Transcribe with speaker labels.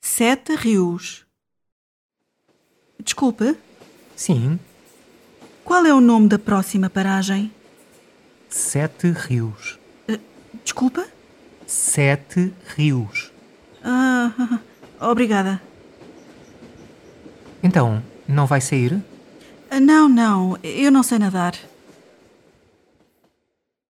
Speaker 1: Sete Rios. Desculpe,
Speaker 2: Sim,
Speaker 1: qual é o nome da próxima paragem? Eh,
Speaker 2: sete rios.
Speaker 1: Desculpa?
Speaker 2: Sete rios.
Speaker 1: Ah, obrigada.
Speaker 2: Então, não vai sair?
Speaker 1: Ah, Não, não, eu não sei nadar.